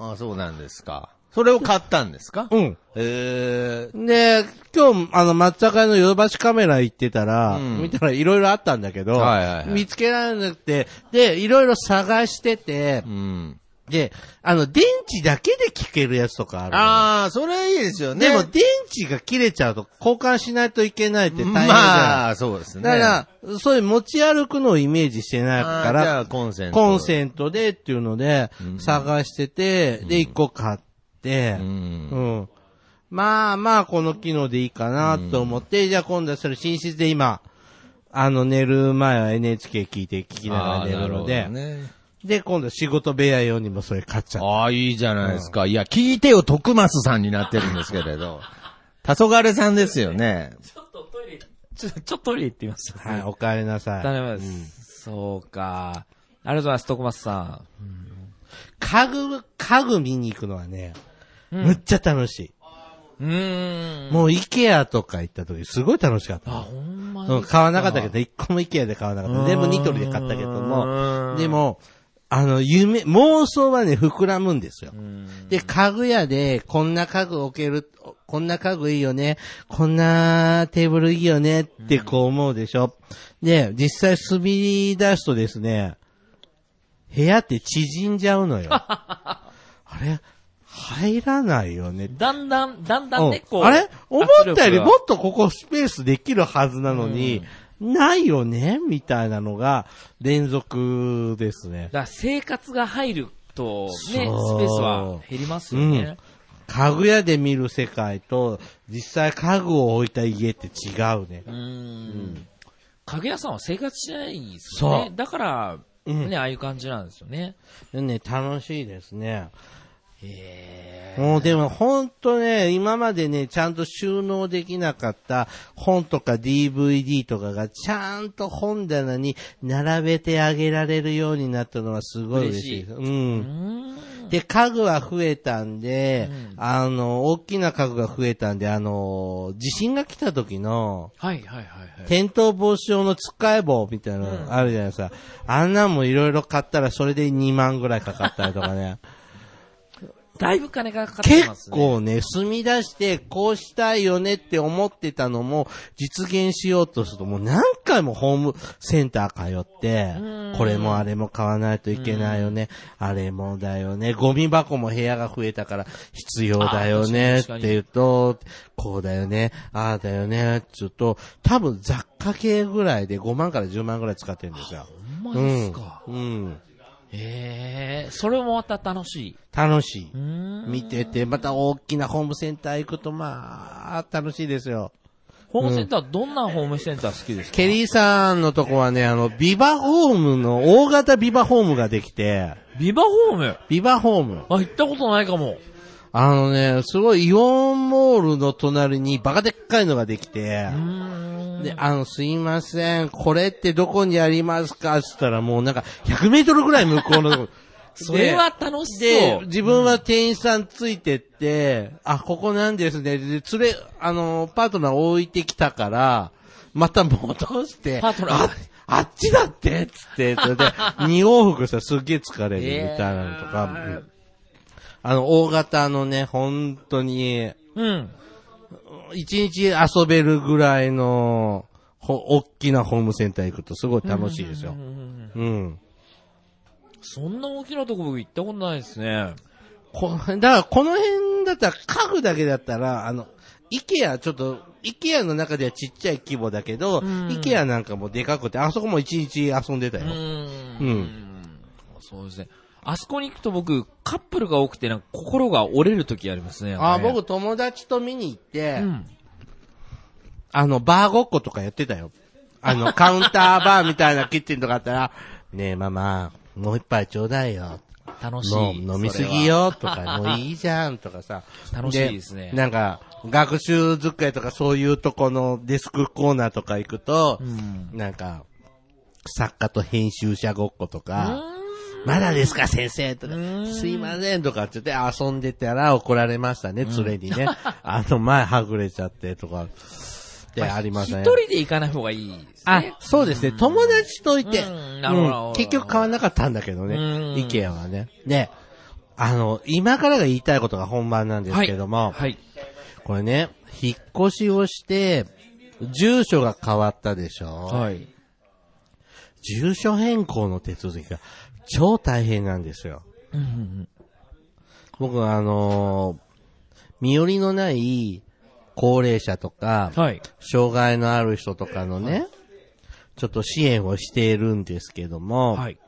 あ、そうなんですか。それを買ったんですか
うん。
えー、
で、今日、あの、松坂屋のヨドバシカメラ行ってたら、
うん
見たらいろいろあったんだけど、
はいはいはい
見つけられなくて、で、いろいろ探してて
う、ん。
で、あの、電池だけで聞けるやつとかあるの。
ああ、それいいですよね。
でも、電池が切れちゃうと交換しないといけないって大変じゃん。
まあ、そうですね。
だから、そういう持ち歩くのをイメージしてない
あ
か
ー、じゃ
ら
あ、、コンセント。
コン
ン
セントでっていうので、探してて、で、一個買って
トう、ん。
うん。まあまあ、この機能でいいかなと思って、じゃあ今度はそれ寝室で今、あの、寝る前は NHK 聞いて聞きながら寝るので、
あーなるほどね
で、今度仕事部屋用にもそれ買っちゃっ
ああ、いいじゃないですか。いや、聞いてよ、徳松さんになってるんですけれ
[laughs]
ど。黄昏さんですよね。
ちょっとトイレ、ちょ、ちょっとトイレ行ってみます。
た。はい、お帰りなさい。
頼みます。そうか。ありがとうございます、徳松さ
家具、家具見に行くのはね、むっちゃ楽しい。
ん。うーん。
もう IKEA とか行った時すごい楽しかった
あ、。ほんま
う
に
ん。買わなかったけど、一個も IKEA で買わなかった。全部ニトリで買ったけど
う
も
ん、
でも、あの、夢、妄想はね、膨らむんですよ。で、家具屋で、こんな家具置ける、こんな家具いいよね、こんなテーブルいいよねってこう思うでしょ。で、実際滑り出すとですね、部屋って縮んじゃ
[laughs]
うのよ。あれ入らないよね
だんだん、だんだんね、こ
う
う。
んあれ思ったよりも
圧
っとここスペースできるはずなのに、ないよねみたいなのが連続ですね
力がだ。から生活が入ると、ね、スペ
そう
ースは減りますよね。
家具屋で見る世界と、実際家具を置いた家って違うね
う。ーん。家具屋さんは生活しないんですよね
そ。
だから、
ん
ね、ああいう感じなんですよね。
ね、楽しいですね。
へえ。
もうでも本当ね、今までね、ちゃんと収納できなかった本とか DVD とかがちゃんと本棚に並べてあげられるようになったのはすごい嬉しい。
嬉しい
うん
う。ーん。
で、家具は増えたんで、あの、大きな家具が増えたんで、あの、地震が来た時の、
はいはいはいはい。
転倒防止用の使い棒みたいなのあるじゃないですか。あんなんもいろいろ買ったらそれで2万ぐらいかかったりとかね。
だいぶ金がかかってます
結
ね。
構ね、住み出してこうしたいよねって思ってたのも実現しようとするともう何回もホームセンター通って
うん、
これもあれも買わないといけないよね、あれもだよね、ゴミ箱も部屋が増えたから必要だよね
あー
っ
確か
て
に
言うと、こうだよね、ああだよね、ちょっと多分雑貨系ぐらいで5万から10万ぐらい使ってるんですよ。
ほん
う
まです
ん
か。。
うん。
へえ。それもまた楽しい。
楽しい。
うーん。
見てて、また大きなホームセンター行くと、まあ、楽しいですよ。
ホームセンター、どんなホームセンター好きですか
ケリーさんのとこはね、あの、ビバホームの、大型ビバホームができて、
ビバホーム
ビバホーム。
あ、行ったことないかも。
あのね、すごいイオンモールの隣にバカでっかいのができて、
うーん。
で、あの、すいません、これってどこにありますかつったらもうなんか、100メートルぐらい向こうのとこ
[laughs] それは楽し
で
そ、う。
自分は店員さんついてって、あ、ここなんですね。で、連れ、あの、パートナー置いてきたから、また戻して、
パートナー
あ、あっちだってっつって、そ
[laughs]
れで、2往復したらすっげえ疲れるみたいなのとか、
えー
うんあの、大型のね、本当に、
うん。
一日遊べるぐらいの、ほ、大きなホームセンター行くとすごい楽しいですよ。うん。
そんな大きなとこ僕行ったことないですね。
こだから、この辺だったら、家具だけだったら、あの、イケア、ちょっと、イケアの中ではちっちゃい規模だけど、イケアなんかもでかくて、あそこも一日遊んでたよ
う。ーん。
うん
そうですね。あそこに行くと僕、カップルが多くて、なんか心が折れる時ありますね。
ああ、
なんかね
僕、友達と見に行って、
うん。
あの、バーごっことかやってたよ。あの、カウンターバーみたいなキッチンとかあったら、ねえ、ママ、もう一杯ちょうだいよ。
楽し
もう
い。。
飲みすぎよとか、もういいじゃんとかさ
[laughs] 楽しいですね
なんか、学習机とかそういうとこのデスクコーナーとか行くと、なんか、作家と編集者ごっことか、まだですか先生とか、すいませんとかって言って遊んでたら怒られましたね、連
[laughs]
れにね。あの前はぐれちゃってとか、ってありまし
そ
た
れは
ね。
一人で行かない方がいいです
あ
ね。、
そうですね。友達といて。
うんなるほどなるほど
うん結局買わなかったんだけどね。
うん
イケアはね。ね。あの、今からが言いたいことが本番なんですけども、
はい。
これね、引っ越しをして、住所が変わったでしょ、
はい。
住所変更の手続きが超大変なんですよ。僕はあのー身寄りのない高齢者とか、
はい。
障害のある人とかのね、ちょっと支援をしているんですけども、
はい。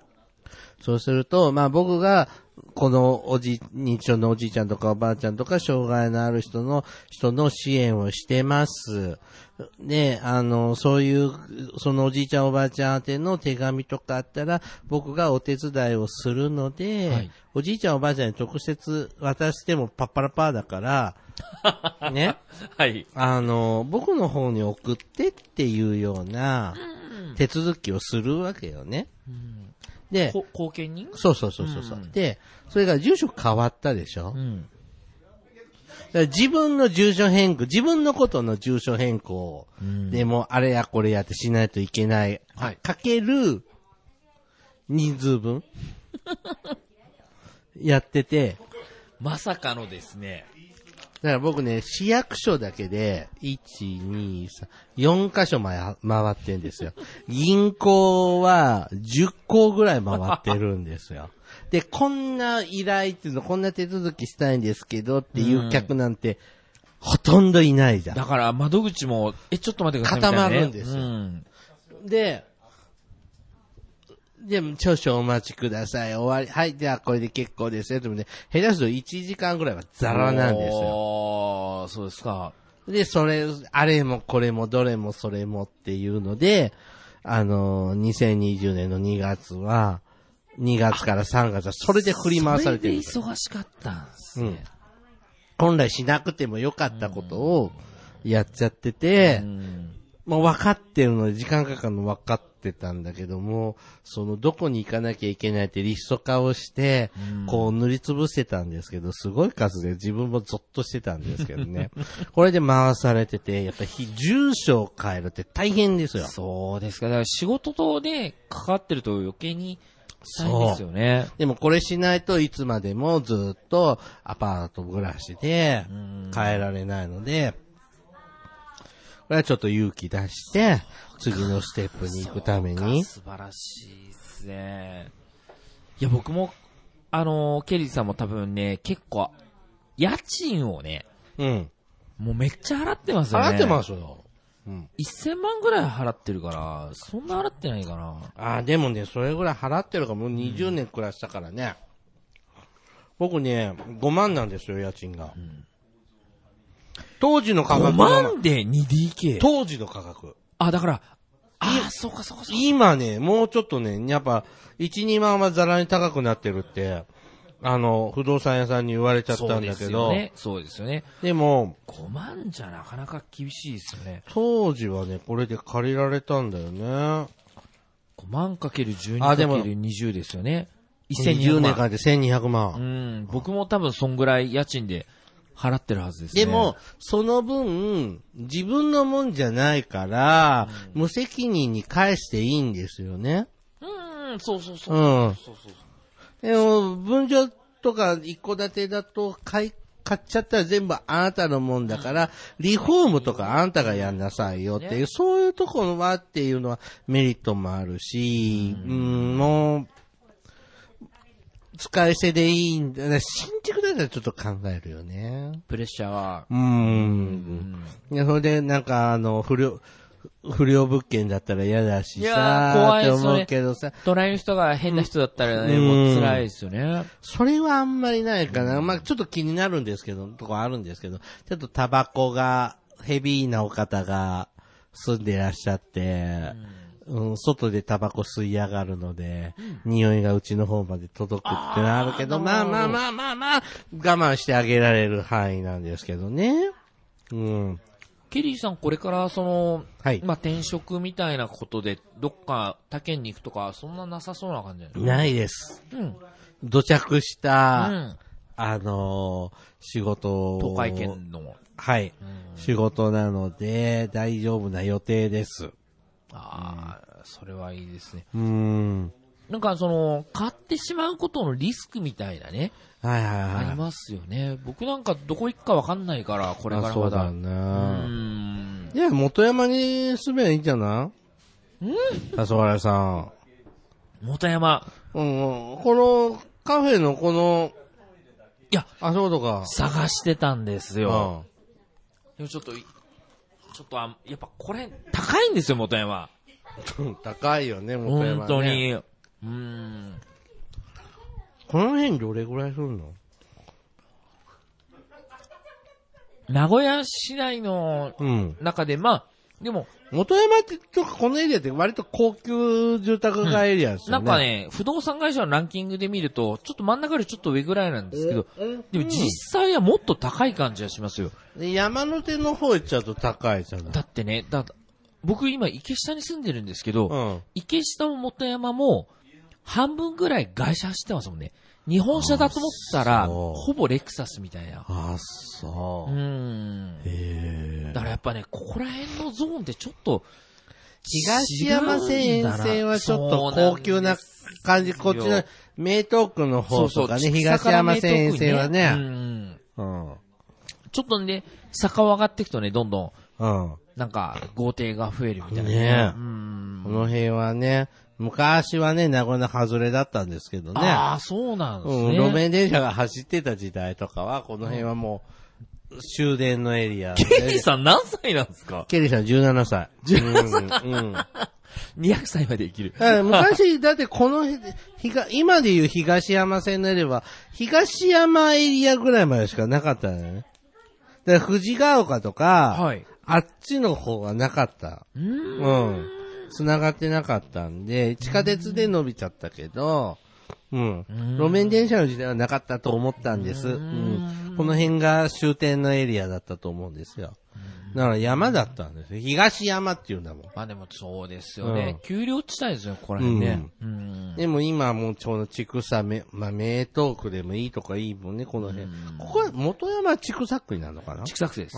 そうすると、まあ僕が、このおじ、認知症のおじいちゃんとかおばあちゃんとか、障害のある人の、人の支援をしてます。ね、あの、そういう、そのおじいちゃんおばあちゃん宛ての手紙とかあったら、僕がお手伝いをするので、
はい
おじいちゃんおばあちゃんに直接渡してもパッパラパー
[laughs]
だから、ね。
はい。
あの、僕の方に送ってっていうような手続きをするわけよね。で、
こ後見人
そうそうそうそう。うで、それが住所変わったでしょ、
ん。
から自分の住所変更、自分のことの住所変更でもうあれやこれやってしないといけない。
はい
かける、人数分やってて、
まさかのですね。
だから僕ね、市役所だけで、1、2、3、4箇所回回ってんですよ。銀行は10個ぐらい回ってるんですよ。で、こんな依頼っていうの、こんな手続きしたいんですけどっていう客なんて、ほとんどいないじゃん。
だから窓口も、え、ちょっと待ってくださいみたいな、ね。
固まるんですよ
うん
で、で、少々お待ちください。終わり。はい、ではこれで結構ですよ。でもね、下手すると1時間ぐらいはザラなんですよ。
よ。そうですか。
で、それ、あれもこれもどれもそれもっていうので、あのー、2020年の2月は、2月から3月はそれで振り回されてるんです
それで忙しかったんですね。
本来しなくてもよかったことをやっちゃってて、まあ分かってるので時間かかるの分かってたんだけども、そのどこに行かなきゃいけないってリスト化をして、こう塗りつぶしてたんですけど、すごい数で自分もゾッとしてたんですけどね。 [laughs] これで回されてて、やっぱり住所を変えるって大変ですよ。
そうですか。だから仕事とね、かかってると余計に大変ですよね。
でもこれしないといつまでもずっとアパート暮らしで変えられないので、これはちょっと勇気出して、次のステップに行くために。
素晴らしいですね。いや、僕も、あのー、ケリーさんも多分ね、結構、家賃をね、
うん。
もうめっちゃ払ってますよね。。
払ってますすよ。
1000万ぐらい払ってるから、そんな払ってないかな。
ああ、でもね、それぐらい払ってるからもう20年暮らしたからね。僕ね、5万なんですよ、家賃が。当時の価
5
格な
万で 2DK。
当時の価格。
あ、だから、あー、そうかそうかそうか。
今ね、もうちょっとね、やっぱ、1、2万はざらに高くなってるって、あの、不動産屋さんに言われちゃったんだけど、
そうですよ
で
ね。そうですよね。
も、
5万じゃなかなか厳しいですよね。
当時はね、これで借りられたんだよね。
5万かける12か
あ
け
でも
る20ですよね。
2010
1200
年
万。
間で1200万。
うん。僕も多分そんぐらい家賃で払ってるはずですね。
でも、、その分、自分のもんじゃないから、無責任に返していいんですよね。
うん、そうそうそう。
うん。でも、分譲とか一戸建てだと買い、買っちゃったら全部あなたのもんだから、リフォームとかあんたがやんなさいよっていう、そういうところはっていうのはメリットもあるし、うん、もう、使い捨てでいいんだ。新築だったらちょっと考えるよね。
プレッシャーは。
うーん。いや、それで、なんか、あの、不良、不良物件だったら嫌だし
いやー
さ、
怖
っ
い
て思うけどさ、
隣の人が変な人だったらね、
うん
もう辛いですよね。
それはあんまりないかな。まあちょっと気になるんですけど、とこあるんですけど、ちょっとタバコが、ヘビーなお方が住んでいらっしゃって、うん、外でタバコ吸い上がるので、匂いがうちの方まで届くってのはあるけど、まあまあまあまあまあ、我慢してあげられる範囲なんですけどね。うん。
ケリーさんこれから、その、
はい
まあ、転職みたいなことで、どっか他県に行くとか、そんななさそうな感じじゃない
ないです。
うん。
土着した、
うん。
あのー仕事を
東海圏の。
はい、仕事なので、大丈夫な予定です。
ああ、それはいいですね。
うーん。
なんかその、買ってしまうことのリスクみたいなね、
はいはい
あり
はい。
ますよね。僕なんかどこ行くかわかんないから、これから
あそ
ま
う
だ。
だ
うー
な、
ん。
いや、元山に住めばいいんじゃないうん笹原さん。
元山。
うん、うんこの、カフェのこの、
いや、
あ、そうとか。
探してたんです
う
よ。
ん。
でもちょっとい、ちょっとあ、やっぱこれ、高いんですよ、元山。
[laughs] 高いよね、元山、ね。
本当。に。うーん。
この辺どれぐらいするの
名古屋市内の
うん。
中で、まあ、でも、
元山って、とかこのエリアって割と高級住宅街エリアですよ
なん
ね。
かね、不動産会社のランキングで見ると、ちょっと真ん中よりちょっと上ぐらいなんですけど、でも実際はもっと高い感じがしますよ。
で山手の方行っちゃうと高いじゃない。
だってね、だ、僕今池下に住んでるんですけど、
うん。
池下も元山も、半分ぐらい外車走ってますもんね。日本車だと思ったら、
あそう
ほぼレクサスみたいな。
あ、
う
そう。
ん。
へえ
だからやっぱね、ここら辺のゾーンってちょっと、
東山線沿線はちょっと高級な感じ、
そ
こ
う
っ
な
ち
んですよ
の名東区の
そ
方
うそ
と
う
かね、東山線沿線は
う
ね。
ん
うん。
ちょっとね、坂を上がっていくとね、どんどん、
うん。
なんか、豪邸が増えるみたいな。
ねえ
うん。
この辺はね、昔はね、名古屋外れだったんですけどね。
ああ、そうなんです
うん、
ね。
路面電車が走ってた時代とかは、この辺はもう、終電のエリアで。 [laughs] ケ
ケリーさん何歳なんですか
ケリーさん17歳。17歳。うん。 [laughs] だ
?200 歳まで生きる。
から [laughs] 昔、だってこの辺、ひが今でいう東山線のエリアは、東山エリアぐらいまでしかなかったのよね。だから藤ヶ丘とか、
はい
あっちの方はなかった。うん。繋がってなかったんで、地下鉄で伸びちゃったけど、うん。路面電車の時代はなかったと思ったんです。うん。この辺が終点のエリアだったと思うんですよ。だから山だったんですよ。東山っていうんだもん。
まあでもそうですよね。
うん
丘陵地帯ですよ、ここら辺ね。うん。
でも今はもうちょうど畜産め、まあ、名東区でもいいとかいいもんね、この辺。ここは元山畜産区になるのかな
ちくさくです。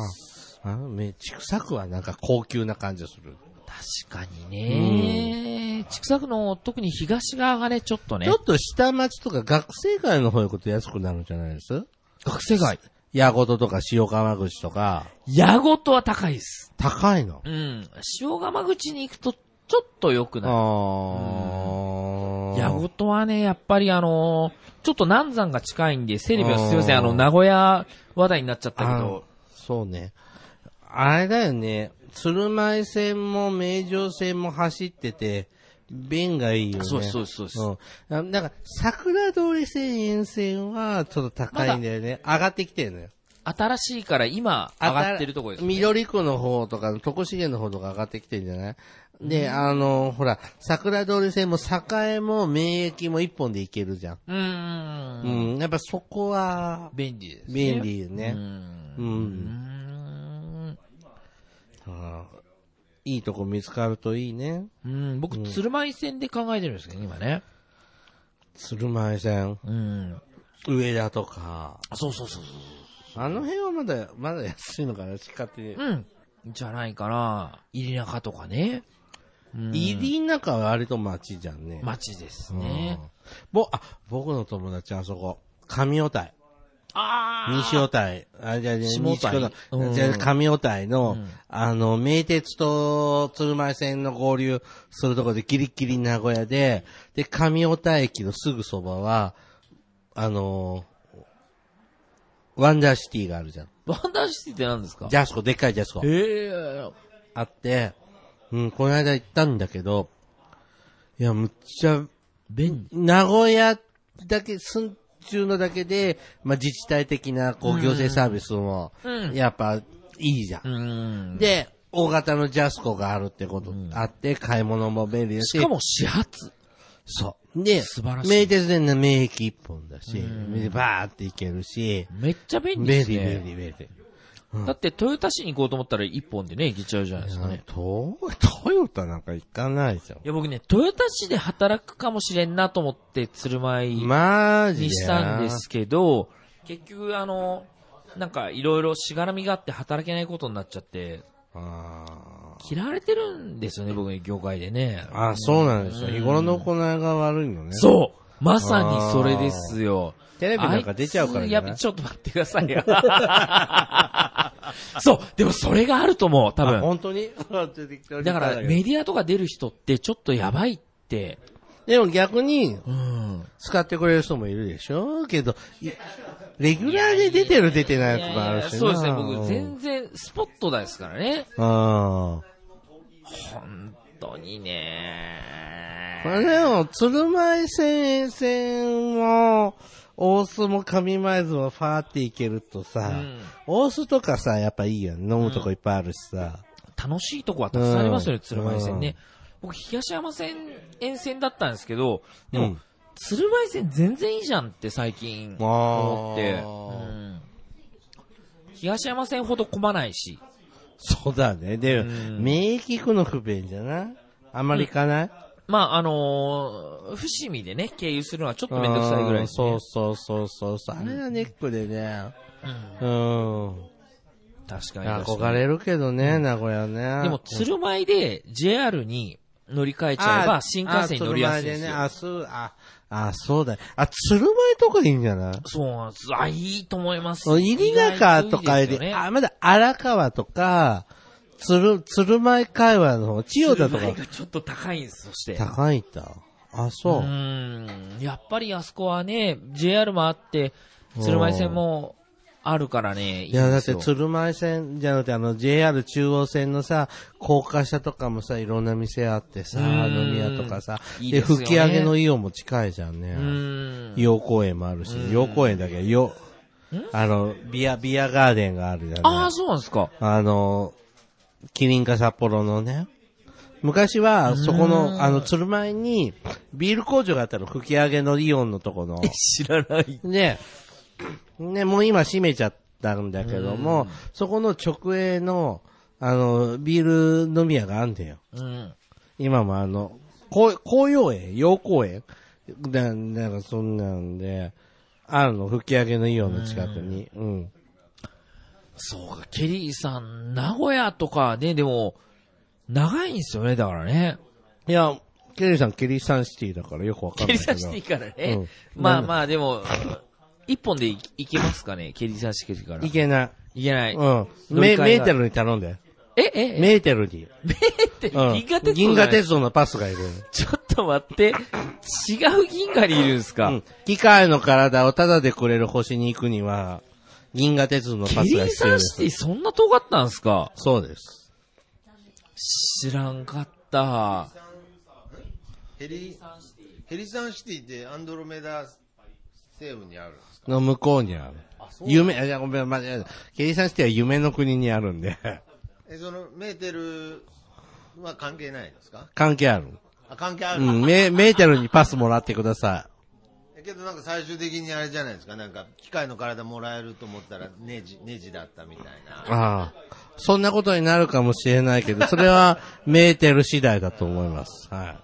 あ、め、畜産区はなんか高級な感じがする。
確かにね。ちくさくの、特に東側がね、ちょっとね
ちょ。っと下町とか学生街の方行くと安くなるんじゃないです
学生街。
矢事とか塩川口とか、
矢ごとは高いです。
高いの。
うん。塩釜口に行くと、ちょっと良く
あ
な
ー
る。矢ごとはね、やっぱりあのーちょっと南山が近いんで、セレビはすいません、
あ
あ
ー
の、名古屋話題になっちゃったけど
あ。そうね。あれだよね。鶴舞線も名城線も走ってて、便がいいよね。
そうです、そうです、そうです。
うんあ。なんか、桜通り線沿線はちょっと高いんだよね。上がってきてるのよ。
新しいから今上がってるとこですね。
緑区の方とか、徳重の方とか上がってきてるんじゃないで、あの、ほら、桜通り線も栄も名駅も一本で行けるじゃん。
うー。
うんん、やっぱそこは、
便利です、ね。
便利よね
う。ん。
うん。
うん
あーいいとこ見つかるといいね。
うん、僕、鶴舞線で考えてるんですけどね、今ね。
鶴舞線、
うん。
上田とか。
あそうそうそうそ
あの辺はまだ、まだ安いのかな、地下って
う。。うん。じゃないかな。入中とかね。
入りの中は割と町じゃんね。
街です
うん
ね。
ぼ、あ、僕の友達あそこ。上尾台。
ああ
西尾台、あ、じゃあ、じゃあ
下尾台
西尾
うん
台、じゃあ上尾台の、あの、名鉄と鶴舞線の合流するところでギリギリ名古屋で、で、上尾台駅のすぐそばは、あのーワンダーシティがあるじゃん。
ワンダーシティって何ですか
ジャスコ、でっかいジャスコ。
ええ
あって、うん、この間行ったんだけど、いや、むっちゃ、
便利。
名古屋だけ、住ん中のだけで、まあ、自治体的な、こう、行政サービスも
う、ん
やっぱ、いいじゃん。
うん。
で、大型のジャスコがあるってこと、あって、買い物も便利だし。
しかも始発。
そう。で、
素晴らしい
名鉄でね、名駅一本だし、でバーって行けるし、
めっちゃ便利で
便
す
利、
ね。
便利、便利。
だって、豊田市に行こうと思ったら一本でね、行けちゃうじゃないですかね。
トトヨタなんか行かないじゃ
いや、僕ね、豊田市で働くかもしれんなと思って、鶴
ん。
舞
マジで。
にしたんですけど、結局、あの、なんか、いろいろしがらみがあって働けないことになっちゃって、
あー
嫌われてるんですよね、僕ね、業界でね。
あ、そうなんですよ。日頃の行いが悪いのね。
そうまさにそれですよ。
テレビなんか出ちゃうからじゃない
あいつやべちょっと待ってくださいよ。 [laughs] そうでもそれがあると思う、多
あ
分。
本当に [laughs]
だから、メディアとか出る人ってちょっとやばいって。
でも逆に、
うん。
使ってくれる人もいるでしょうけど、いレギュラーで出てる出てないやつもあるしな。
そうですね、僕、
ん
全然、スポットですからね。
ああ。
本当にね
これでも、鶴舞線沿線も、大須も上前津もファーって行けるとさ、
ん
大須とかさ、やっぱいいよね。飲むとこいっぱいあるしさ。
楽しいとこはたくさんありますよね、
うん
鶴舞線ね。僕、東山線沿線だったんですけど、でも、
うん
鶴舞線全然いいじゃんって最近
あー
思って、うん東山線ほど混まないし、
そうだね。で、免疫区の不便じゃないあんまり行かない、
まあ、あのー伏見でね、経由するのはちょっとめんどくさいぐらいです、
そ
ね
う。そうそうそうそう。あれがネックでね。うん。
確かに確か
憧
に。
れるけどね、名古屋ね。
でも、鶴舞で JR に乗り換えちゃえば、新幹線に乗りやすいんですよ。
あ、鶴舞でね、あ、そう、あ、あ、そうだよ。あ、鶴舞とかいいんじゃない
そうなんです。あ、いいと思います。
そう入中とかよ
意外いい
り、
ですよね
あ、まだ荒川とか、鶴、鶴舞界隈の方、千代田と
鶴舞
か、
がちょっと高いんです、そして。
高いんだ。あ、
う
そう。
ーん。やっぱりあそこはね、JR もあって、鶴舞線もあるからね。い
いや、だって
んですよ
鶴舞線じゃなくて、あの、JR 中央線のさ、高架下とかもさ、いろんな店あってさ、
うん
飲み屋とかさ、
いい
で、
ですよね
吹き上げのイオンも近いじゃん
う
ね。
ーん。
イオン公園もあるし、イオン公園だけど、イオン、あの、ビア、ビアガーデンがあるじゃん、ね。
ああ、そうなんですか。
あの、キリンか札幌のね。昔は、そこの、あの、鶴舞に、ビール工場があったの、吹き上げのイオンのとこの。
[laughs] 知らない。
で、ね、もう今閉めちゃったんだけども、そこの直営の、あの、ビール飲み屋があんだよ。
うん。
今もあの、紅紅葉園陽光園な、なんかそんなんで、あるの、吹き上げのイオンの近くに。うん。
そうか、ケリーさん、名古屋とかね、でも、長いんですよね、だからね。
いや、ケリーさん、ケリーさんシティだからよくわ
ケ
かんな
リ
い
ーさ
け
ん
ど。
シティからね。
うん
ま
な
あ
んだ
まあ、でも、一本でいいけますかね、ケリーさんシティから。
いけない。
いけない。
うん。
乗り
メ
換えが
メーテルに頼んで。
え、え、え、
メーテルに。
って
うん
銀河鉄道。
銀河鉄道のパスがいる。
ちょっと待って、違う銀河にいるんですか、
うん。機械の体をタダでくれる星に行くには、銀河鉄道の
ケ
パス
リ
が
ー
必
サ
要で
ンシテ
す。
ィそんな遠かったんですか
そうです。
知らんかった。
ヘリ、ヘリサンシティってアンドロメダ西部にあるんですか
の向こうにある。夢、あいや、ごめん、間違えた。ケリーさんシティは夢の国にあるんで、
え、その、メーテルは関係ないんですか
関係ある。
あ、関係あ
う
る、
ん、メメーテルにパスもらってくださ
えけどなんか最終的にあれじゃないですか、なんか、機械の体もらえると思ったらネジ、ネジだったみたい
い。
な。
ああ。そんなことになるかもしれないけど、それ [laughs] はメーテル次第だと思います。はい。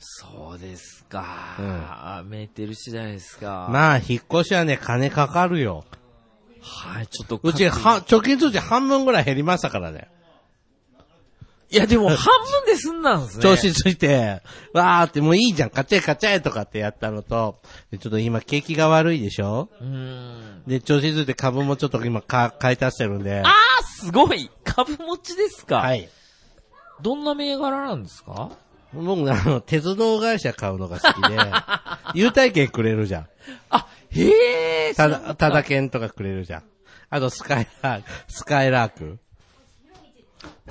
そうですか。あメーテル次第ですか。
まあ、引っ越しはね、金かかるよ。
はい、ちょっと。
うち、 [laughs] は、貯金通知半分ぐらい減りましたからね。
いやでも半分で済んだんですね。
[laughs] 調子ついて、わーってもういいじゃん、買っちゃえ買っちゃえとかってやったのと、でちょっと今景気が悪いでしょ
うーん。
で、調子ついて株もちょっと今か、買い足してるんで。
あー、すごい株持ちですか。
はいい。
どんな銘柄なんですか
僕、あの、鉄道会社買うのが好 [laughs] きで、優待券くれるじゃん。
あ、へえ。
た
そう
だ、ただ券とかくれるじゃん。あと、スカイラーク、スカイラーク。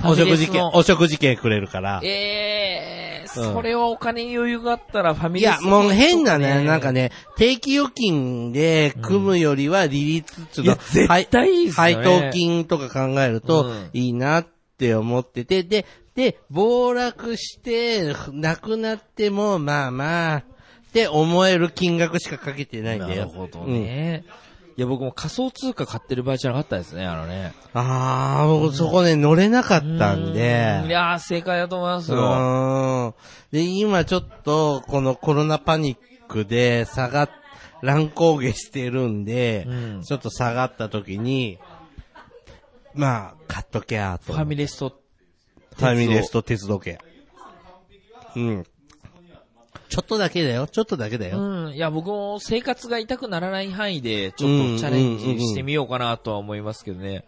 お食事券、お食事券くれるから。
ええー、
うん
それはお金に余裕があったらファミ
い
レス
や、もう変な
とか
ね、なんかね、定期預金で組むよりは利率つの、
いや絶対いいっすよね
配当金とか考える
う
と
ん
いいなって思ってて、で、で、暴落して、なくなっても、まあまあ、って思える金額しかかけてないん
な
だよ。
るほどね。いや、僕も仮想通貨買ってる場合じゃなかったですね、あのね。
うん。ああ、僕そこね、乗れなかったんで。
いやー、正解だと思います
う
よ。
ーん。で、今ちょっと、このコロナパニックで、下がっ、乱高下してるんで、
うん
ちょっと下がった時に、まあ、買っとけやと。
ファミレスと。
ファミレスと鉄道系。うん。ちょっとだけだよ、ちょっとだけだよ。
うん。いや、僕も生活が痛くならない範囲で、ちょっとチャレンジしてみようかなとは思いますけどね。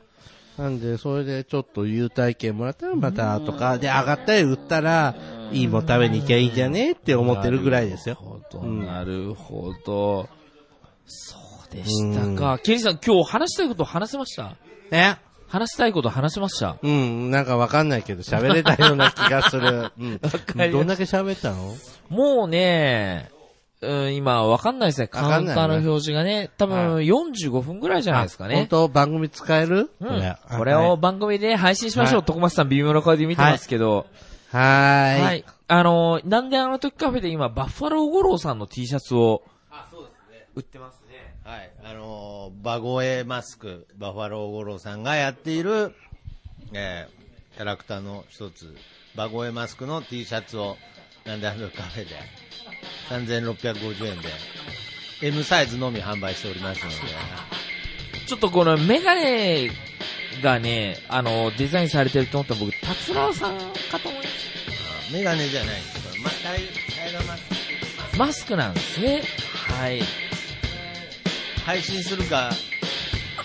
なんで、それでちょっと優待券もらったらまた、とか、で、上がったり売ったら、いいもん食べに行きゃいいじゃねって思ってるぐらいですよ。
なるほど、なるほど。そうでしたか。ケリーさん、今日話したいこと話せました
え
話したいこと話せました
うん、なんかわかんないけど、喋れたような気がする。うん
まし。た
どんだけ喋ったの
もうね、うん、今、わかんないですね。
わか
カウ
ん
ン
な
タ
いね
ーの表示がね、多分45分ぐらいじゃないですか
本
ね。
当番組使える
う
こ
ん
れ
これを。番組で配信しましょう。
はい
徳松さん微妙な顔で見てますけど。
は
は
ー
い。
い。
あのー、なんであの時カフェで今、バッファロー五郎さんの T シャツを。売ってますね。
はい。あのーバゴエマスク、バファロー五郎さんがやっている、えーキャラクターの一つ、バゴエマスクの T シャツを、なんであのカフェで、3650円で、M サイズのみ販売しておりますので、
ちょっとこのメガネがね、あの、デザインされてると思ったら僕、達郎さんかと思いまし
あメガネじゃないんですけど、ま、タイタイガーマスク。
た。マスクなんですね。はい。
配信するか、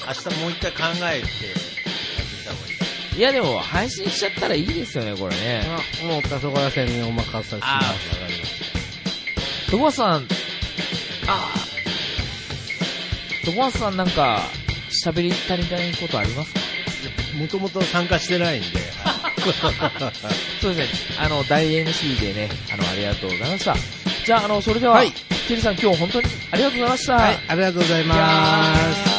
明日もう一回考えて、やってみた方がいいか
いやでも、配信しちゃったらいいですよね、これね。
あもう、たそがらせにお任せし
な。
ます。
わかりまし
トコマスさん、あトコマスさんなんか、喋り足りないことありますか
た。もともと参加してないんで、
そうですね。あの、大 MC でね、あの、ありがとうございました。じゃあ、あの、それでは、
はい
ケリーさん今日本当にありがとうございました。
はい、ありがとうございます。